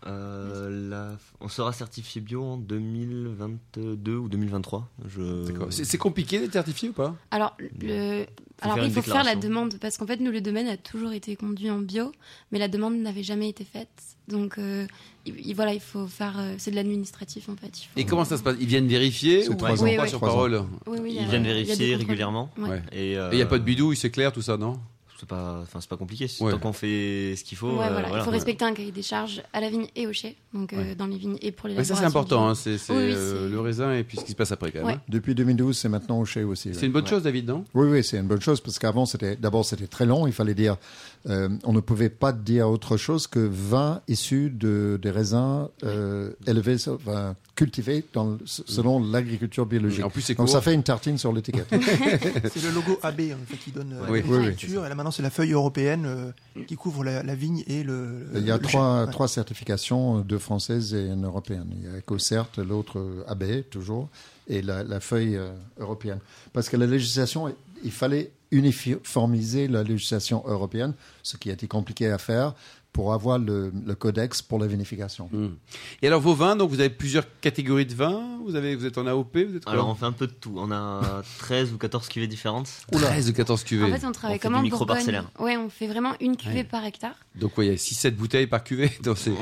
[SPEAKER 7] Euh, la- On sera certifié bio en 2022 ou 2023. Je...
[SPEAKER 2] D'accord. C'est c'est compliqué d'être certifié ou pas
[SPEAKER 8] Alors, le...
[SPEAKER 7] Faut
[SPEAKER 8] Alors
[SPEAKER 7] faire
[SPEAKER 8] il
[SPEAKER 7] une
[SPEAKER 8] faut faire la
[SPEAKER 7] déclaration.
[SPEAKER 8] demande, parce qu'en fait, nous, le domaine a toujours été conduit en bio, mais la demande n'avait jamais été faite. Donc, euh, il, il- voilà, il faut faire. euh, c'est de l'administratif, en fait. il faut-
[SPEAKER 2] Et comment ça se passe Ils viennent vérifier
[SPEAKER 5] C'est
[SPEAKER 2] ou
[SPEAKER 5] trois
[SPEAKER 2] ils
[SPEAKER 8] ans.
[SPEAKER 2] sont pas
[SPEAKER 8] Oui,
[SPEAKER 2] sur
[SPEAKER 5] oui.
[SPEAKER 2] parole
[SPEAKER 8] Oui, oui, il y a-
[SPEAKER 7] Ils viennent
[SPEAKER 8] il y a des
[SPEAKER 7] vérifier
[SPEAKER 8] contrôles.
[SPEAKER 7] régulièrement.
[SPEAKER 8] Ouais.
[SPEAKER 2] Ouais.
[SPEAKER 7] Et euh,
[SPEAKER 2] Et il n'y a pas de bidouille, c'est clair tout ça, non
[SPEAKER 7] c'est pas, enfin, c'est pas compliqué.
[SPEAKER 2] Ouais.
[SPEAKER 7] Tant qu'on fait ce qu'il faut.
[SPEAKER 8] Ouais,
[SPEAKER 7] euh,
[SPEAKER 8] voilà. Il
[SPEAKER 7] voilà.
[SPEAKER 8] faut respecter un cahier des charges à la vigne et au chai, donc euh,
[SPEAKER 2] Ouais.
[SPEAKER 8] dans les vignes et pour les
[SPEAKER 2] Ouais, ça, c'est important. hein, C'est c'est,
[SPEAKER 8] Oui, oui,
[SPEAKER 2] euh,
[SPEAKER 8] c'est-
[SPEAKER 2] le raisin et puis ce qui se passe après, quand même.
[SPEAKER 8] Ouais.
[SPEAKER 2] hein.
[SPEAKER 5] Depuis 2012, c'est maintenant au chez aussi.
[SPEAKER 2] C'est
[SPEAKER 5] ouais.
[SPEAKER 2] une bonne
[SPEAKER 7] Ouais.
[SPEAKER 2] chose, David, non
[SPEAKER 5] Oui, oui, c'est une bonne chose parce qu'avant, c'était d'abord c'était très long. Il fallait dire, euh, on ne pouvait pas dire autre chose que vin issu de des raisins euh, élevés, sur- enfin, cultivés dans, le- selon l'agriculture biologique.
[SPEAKER 2] En plus, c'est
[SPEAKER 5] Donc
[SPEAKER 2] court.
[SPEAKER 5] ça fait une tartine sur l'étiquette.
[SPEAKER 3] C'est le logo AB en fait, qui donne euh,
[SPEAKER 2] Oui,
[SPEAKER 3] la
[SPEAKER 5] oui, oui.
[SPEAKER 3] culture. Et là maintenant, c'est la feuille européenne euh, qui couvre la, la vigne et le.
[SPEAKER 5] Il y a
[SPEAKER 3] le
[SPEAKER 5] trois,
[SPEAKER 3] chêne. Ouais.
[SPEAKER 5] trois certifications, euh, deux françaises et une européenne. Il y a EcoCert, l'autre euh, AB, toujours, et la, la feuille euh, européenne. Parce que la législation, il fallait uniformiser la législation européenne, ce qui a été compliqué à faire pour avoir le, le codex pour la vinification.
[SPEAKER 2] Mm. Et alors, vos vins, donc vous avez plusieurs catégories de vins. Vous, avez, vous êtes en AOP, vous êtes quoi
[SPEAKER 7] Alors on fait un peu de tout.
[SPEAKER 2] *laughs*
[SPEAKER 7] On a 13 ou 14 cuvées différentes.
[SPEAKER 2] 13 ou 14
[SPEAKER 8] En
[SPEAKER 2] cuvées.
[SPEAKER 8] fait, on travaille
[SPEAKER 7] fait
[SPEAKER 8] comme
[SPEAKER 7] du
[SPEAKER 8] en
[SPEAKER 7] micro
[SPEAKER 8] Bourgogne.
[SPEAKER 7] parcellaire.
[SPEAKER 8] Ouais, on fait vraiment une cuvée
[SPEAKER 2] Ouais.
[SPEAKER 8] par hectare.
[SPEAKER 2] Donc, ouais, il y a 6-7 bouteilles par cuvée. *laughs* Donc,
[SPEAKER 8] *laughs*
[SPEAKER 2] c'est Non,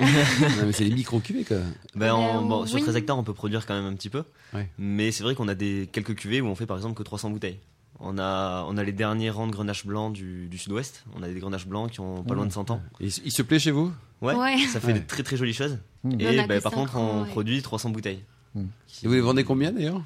[SPEAKER 2] mais c'est les micro-cuvées, quoi.
[SPEAKER 7] Ben, en-
[SPEAKER 8] Euh,
[SPEAKER 7] bon, sur
[SPEAKER 8] oui.
[SPEAKER 7] 13 hectares, on peut produire quand même un petit peu.
[SPEAKER 2] Ouais.
[SPEAKER 7] Mais c'est vrai qu'on a des, quelques cuvées où on fait par exemple que 300 bouteilles. On a, on a les derniers rangs de grenache blanc du, du sud-ouest. On a des grenages blancs qui ont pas loin de 100 ans.
[SPEAKER 2] Et il se plaît chez vous
[SPEAKER 7] Ouais,
[SPEAKER 8] Ouais.
[SPEAKER 7] ça fait
[SPEAKER 2] Ouais.
[SPEAKER 7] des très très jolies choses.
[SPEAKER 5] Mmh.
[SPEAKER 8] Il y en
[SPEAKER 7] Et
[SPEAKER 8] a
[SPEAKER 7] ben,
[SPEAKER 8] que
[SPEAKER 7] par
[SPEAKER 8] cinq
[SPEAKER 7] contre,
[SPEAKER 8] ans,
[SPEAKER 7] on
[SPEAKER 8] ouais.
[SPEAKER 7] produit 300 bouteilles.
[SPEAKER 5] Mmh.
[SPEAKER 2] Et vous les vendez combien, d'ailleurs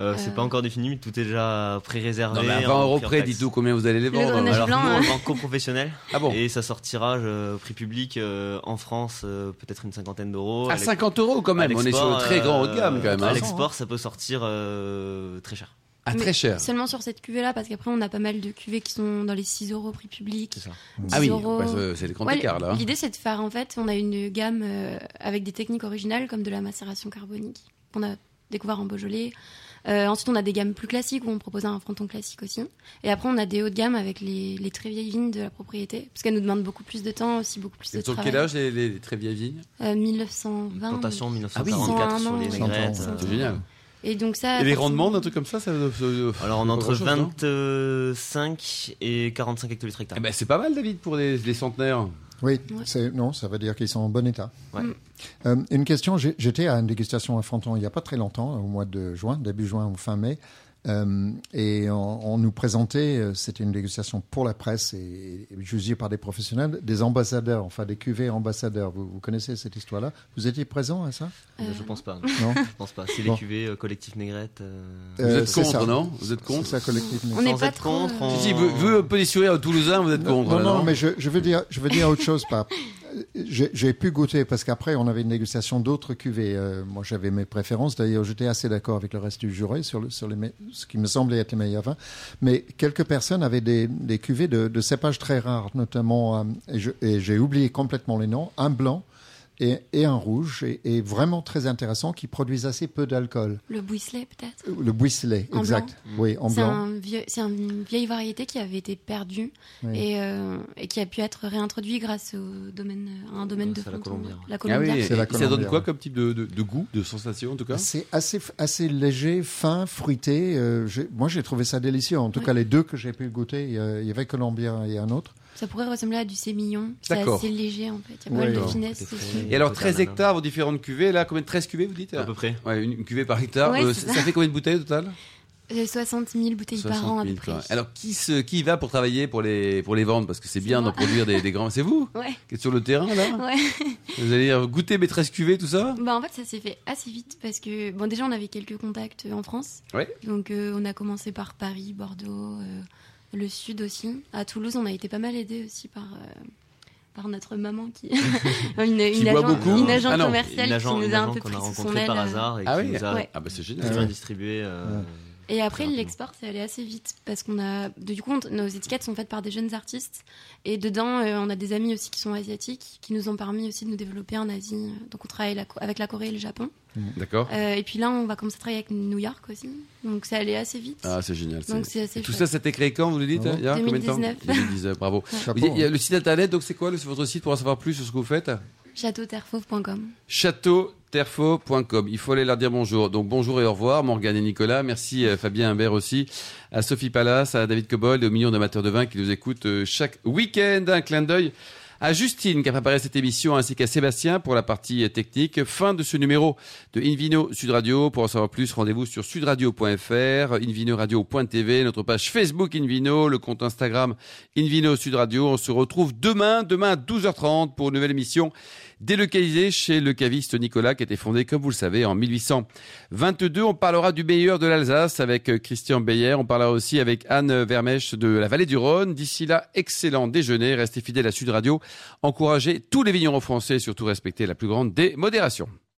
[SPEAKER 7] Euh, C'est
[SPEAKER 8] Euh.
[SPEAKER 7] pas encore défini, mais tout est déjà pré-réservé.
[SPEAKER 2] Non, mais à
[SPEAKER 7] en
[SPEAKER 2] 20 euros
[SPEAKER 7] prix hors
[SPEAKER 2] près,
[SPEAKER 7] taxe.
[SPEAKER 2] dites-vous combien vous allez les vendre.
[SPEAKER 8] grenage
[SPEAKER 7] Alors,
[SPEAKER 8] blanc,
[SPEAKER 7] nous, on
[SPEAKER 8] hein.
[SPEAKER 7] vend qu'aux professionnels.
[SPEAKER 2] Ah bon
[SPEAKER 7] Et ça sortira euh, prix public euh, en France, euh, peut-être une cinquantaine d'euros.
[SPEAKER 2] À
[SPEAKER 7] l'ex-
[SPEAKER 2] 50 euros Ah, quand même,
[SPEAKER 7] à
[SPEAKER 2] on est sur
[SPEAKER 7] l'export,
[SPEAKER 2] le très grand haut de gamme
[SPEAKER 7] euh,
[SPEAKER 2] quand même.
[SPEAKER 7] À
[SPEAKER 2] hein.
[SPEAKER 7] l'export, ça peut sortir euh, très cher.
[SPEAKER 2] Ah,
[SPEAKER 8] Mais
[SPEAKER 2] très cher.
[SPEAKER 8] Seulement sur cette cuvée-là, parce qu'après, on a pas mal de cuvées qui sont dans les 6 euros prix public.
[SPEAKER 7] C'est ça.
[SPEAKER 8] 10
[SPEAKER 2] Ah oui,
[SPEAKER 8] euros.
[SPEAKER 2] bah, c'est- c'est le grand
[SPEAKER 8] Ouais,
[SPEAKER 2] écart là. hein.
[SPEAKER 8] L'idée, c'est de faire, en fait, on a une gamme euh, avec des techniques originales comme de la macération carbonique qu'on a découvert en Beaujolais. Euh, ensuite, on a des gammes plus classiques où on propose un fronton classique aussi. Et après, on a des hauts de gamme avec les, les très vieilles vignes de la propriété, parce qu'elles nous demandent beaucoup plus de temps, aussi beaucoup plus de
[SPEAKER 2] Et sur
[SPEAKER 8] travail.
[SPEAKER 2] quel âge les, les- les très vieilles vignes
[SPEAKER 8] Euh, 1920.
[SPEAKER 7] Plantation
[SPEAKER 8] Ah
[SPEAKER 7] 1944
[SPEAKER 8] oui.
[SPEAKER 7] sur les
[SPEAKER 8] Cent
[SPEAKER 5] ans.
[SPEAKER 7] maigrettes.
[SPEAKER 5] Cent
[SPEAKER 7] euh,
[SPEAKER 5] ans.
[SPEAKER 2] C'est génial.
[SPEAKER 8] Et donc ça.
[SPEAKER 2] Et les
[SPEAKER 8] forcément-
[SPEAKER 2] rendements d'un truc comme ça, ça doit- ça doit-
[SPEAKER 5] euh,
[SPEAKER 7] Alors on est
[SPEAKER 2] pas
[SPEAKER 7] entre
[SPEAKER 2] grand-chose, non
[SPEAKER 7] 25 et 45 hectolitres
[SPEAKER 2] Eh
[SPEAKER 7] hectares.
[SPEAKER 2] ben, c'est pas mal, David, pour les, les centenaires.
[SPEAKER 5] Oui,
[SPEAKER 8] Ouais.
[SPEAKER 5] c'est- non, ça veut dire qu'ils sont en bon état.
[SPEAKER 7] Ouais.
[SPEAKER 8] hmm,
[SPEAKER 7] Mm.
[SPEAKER 5] Euh, une question, j'ai- j'étais à une dégustation à Fronton il n'y a pas très longtemps, au mois de juin, début juin ou fin mai, euh, et on, on nous présentait, euh, c'était une dégustation pour la presse et, et jugée par des professionnels, des ambassadeurs, enfin des cuvées ambassadeurs. Vous, vous connaissez cette histoire-là Vous étiez présent à ça
[SPEAKER 8] Euh,
[SPEAKER 7] Je
[SPEAKER 8] *laughs*
[SPEAKER 7] pense pas.
[SPEAKER 5] Non
[SPEAKER 7] Je pense pas. C'est
[SPEAKER 5] Bon.
[SPEAKER 7] les cuvées euh, collectif Négrette. euh,
[SPEAKER 2] Vous
[SPEAKER 5] Euh,
[SPEAKER 2] êtes
[SPEAKER 5] c'est
[SPEAKER 2] contre,
[SPEAKER 5] ça.
[SPEAKER 2] non Vous êtes contre
[SPEAKER 5] C'est ça, collectif.
[SPEAKER 8] On n'est
[SPEAKER 7] Sans
[SPEAKER 8] pas
[SPEAKER 7] être
[SPEAKER 8] trop,
[SPEAKER 7] contre,
[SPEAKER 8] euh,
[SPEAKER 7] on-
[SPEAKER 2] Si, si, vous, vous, petit sourire aux Toulousains, vous êtes contre.
[SPEAKER 5] Non,
[SPEAKER 2] là,
[SPEAKER 5] non, mais je, je veux dire, je veux dire autre chose. Pas. J'ai j'ai pu goûter parce qu'après on avait une négociation d'autres cuvées. Euh, moi, j'avais mes préférences. D'ailleurs, j'étais assez d'accord avec le reste du jury sur, le, sur les, me- ce qui me semblait être les meilleurs vins. Mais quelques personnes avaient des, des cuvées de, de cépages très rares, notamment euh, et je- et j'ai oublié complètement les noms. Un blanc. Et, et un rouge, et, et vraiment très intéressant, qui produisent assez peu d'alcool.
[SPEAKER 8] Le Bouisselet, peut-être.
[SPEAKER 5] Le buisselet,
[SPEAKER 8] En
[SPEAKER 5] exact. Oui, en
[SPEAKER 8] C'est
[SPEAKER 5] blanc.
[SPEAKER 8] un vieux- c'est une vieille variété qui avait été perdue
[SPEAKER 5] Oui.
[SPEAKER 8] et, euh, et qui a pu être réintroduite grâce au domaine, à un domaine de
[SPEAKER 7] C'est la
[SPEAKER 8] Fontaine-
[SPEAKER 7] Colombière.
[SPEAKER 8] La
[SPEAKER 2] Ah oui,
[SPEAKER 8] Colombière.
[SPEAKER 2] et
[SPEAKER 5] C'est la
[SPEAKER 2] ça donne
[SPEAKER 5] Colombière,
[SPEAKER 2] quoi
[SPEAKER 5] ouais.
[SPEAKER 2] comme type de, de- de goût, de sensation en tout cas
[SPEAKER 5] C'est assez, assez léger, fin, fruité. euh, j'ai- moi, j'ai trouvé ça délicieux. En tout cas, les deux que j'ai pu goûter, il y a- il y avait Colombien et un autre.
[SPEAKER 8] Ça pourrait ressembler à du sémillon. C'est
[SPEAKER 2] D'accord.
[SPEAKER 8] assez léger en fait. Il y a
[SPEAKER 5] Ouais,
[SPEAKER 8] pas mal de
[SPEAKER 5] ouais.
[SPEAKER 8] finesse.
[SPEAKER 7] Côté
[SPEAKER 8] aussi.
[SPEAKER 7] frais.
[SPEAKER 2] Et alors,
[SPEAKER 7] Côté
[SPEAKER 2] 13
[SPEAKER 7] ananas.
[SPEAKER 2] hectares, vos différentes cuvées, là, combien de 13 cuvées, vous dites
[SPEAKER 7] à peu près.
[SPEAKER 2] Ouais, une, une cuvée par hectare.
[SPEAKER 8] Ouais,
[SPEAKER 2] Euh,
[SPEAKER 8] c'est
[SPEAKER 2] ça.
[SPEAKER 8] ça.
[SPEAKER 2] fait combien de bouteilles au total
[SPEAKER 8] Euh, 60 000 bouteilles par an
[SPEAKER 2] 60
[SPEAKER 8] à peu
[SPEAKER 2] 000,
[SPEAKER 8] près.
[SPEAKER 2] quoi. Alors qui se, qui y va pour travailler pour les pour les vendre parce que c'est bien d'en produire des, des grands. C'est vous
[SPEAKER 8] *laughs* Ouais.
[SPEAKER 2] qui êtes sur le terrain là.
[SPEAKER 8] Ouais. *laughs*
[SPEAKER 2] Vous allez dire, goûter mes 13 cuvées tout ça.
[SPEAKER 8] Bah en fait ça s'est fait assez vite parce que bon déjà on avait quelques contacts euh, en France.
[SPEAKER 2] Ouais.
[SPEAKER 8] Donc euh, on a commencé par Paris, Bordeaux, euh, le sud aussi. À Toulouse on a été pas mal aidé aussi par euh, par notre maman qui *laughs* une, une,
[SPEAKER 2] boit
[SPEAKER 8] agent-
[SPEAKER 2] beaucoup.
[SPEAKER 8] une agente
[SPEAKER 2] Ah non,
[SPEAKER 8] commerciale
[SPEAKER 7] Une agent,
[SPEAKER 8] qui
[SPEAKER 7] une
[SPEAKER 8] nous a un
[SPEAKER 7] agent
[SPEAKER 8] peu
[SPEAKER 7] qu'on
[SPEAKER 8] pris
[SPEAKER 7] a
[SPEAKER 8] sous son
[SPEAKER 7] rencontré
[SPEAKER 8] aile.
[SPEAKER 7] par
[SPEAKER 8] euh.
[SPEAKER 7] hasard et
[SPEAKER 2] Ah
[SPEAKER 7] qui
[SPEAKER 2] oui.
[SPEAKER 7] nous a
[SPEAKER 8] Ouais.
[SPEAKER 2] Ah bah c'est
[SPEAKER 7] très
[SPEAKER 2] génial.
[SPEAKER 5] Ouais.
[SPEAKER 7] bien distribué. euh,
[SPEAKER 5] Ouais.
[SPEAKER 8] Et après,
[SPEAKER 7] Rapidement.
[SPEAKER 8] l'export, c'est allé assez vite parce qu'on a. Du coup, on- nos étiquettes sont faites par des jeunes artistes. Et dedans, euh, on a des amis aussi qui sont asiatiques qui nous ont permis aussi de nous développer en Asie. euh, Donc, on travaille la- avec la Corée et le Japon.
[SPEAKER 2] D'accord.
[SPEAKER 8] Euh, et puis là, on va commencer à travailler avec New York aussi. Donc, c'est allé assez vite.
[SPEAKER 2] Ah c'est génial. c'est-
[SPEAKER 8] Donc, c'est assez
[SPEAKER 2] Tout
[SPEAKER 8] chouette.
[SPEAKER 2] ça, c'était créé quand vous le dites
[SPEAKER 5] Ah bon
[SPEAKER 2] hein, il y a combien de temps
[SPEAKER 8] 2019.
[SPEAKER 2] 2019. Bravo.
[SPEAKER 5] Chapeau,
[SPEAKER 2] Il y a- il y a
[SPEAKER 5] hein.
[SPEAKER 2] le site internet donc c'est quoi le- votre site pour en savoir plus sur ce que vous faites
[SPEAKER 8] Châteauterfauve.com.
[SPEAKER 2] châteauterfaux.com. Il faut aller leur dire bonjour. Donc bonjour et au revoir, Morgane et Nicolas. Merci euh, Fabien Humbert aussi, à Sophie Pallas, à David Cobold et aux millions d'amateurs de vin qui nous écoutent euh, chaque week-end. Un clin d'œil à Justine qui a préparé cette émission ainsi qu'à Sébastien pour la partie euh, technique. Fin de ce numéro de Invino Sud Radio. Pour en savoir plus, rendez-vous sur sudradio.fr, invinoradio.tv, notre page Facebook Invino, le compte Instagram Invino Sud Radio. On se retrouve demain, demain à 12h30 pour une nouvelle émission délocalisée chez le caviste Nicolas qui a été fondé, comme vous le savez, en 1822. On parlera du meilleur de l'Alsace avec euh, Christian Beyer. On parlera aussi avec Anne Vermèche de la vallée du Rhône. D'ici là, excellent déjeuner. Restez fidèles à Sud Radio. Encouragez tous les vignerons français et surtout respectez la plus grande des modérations.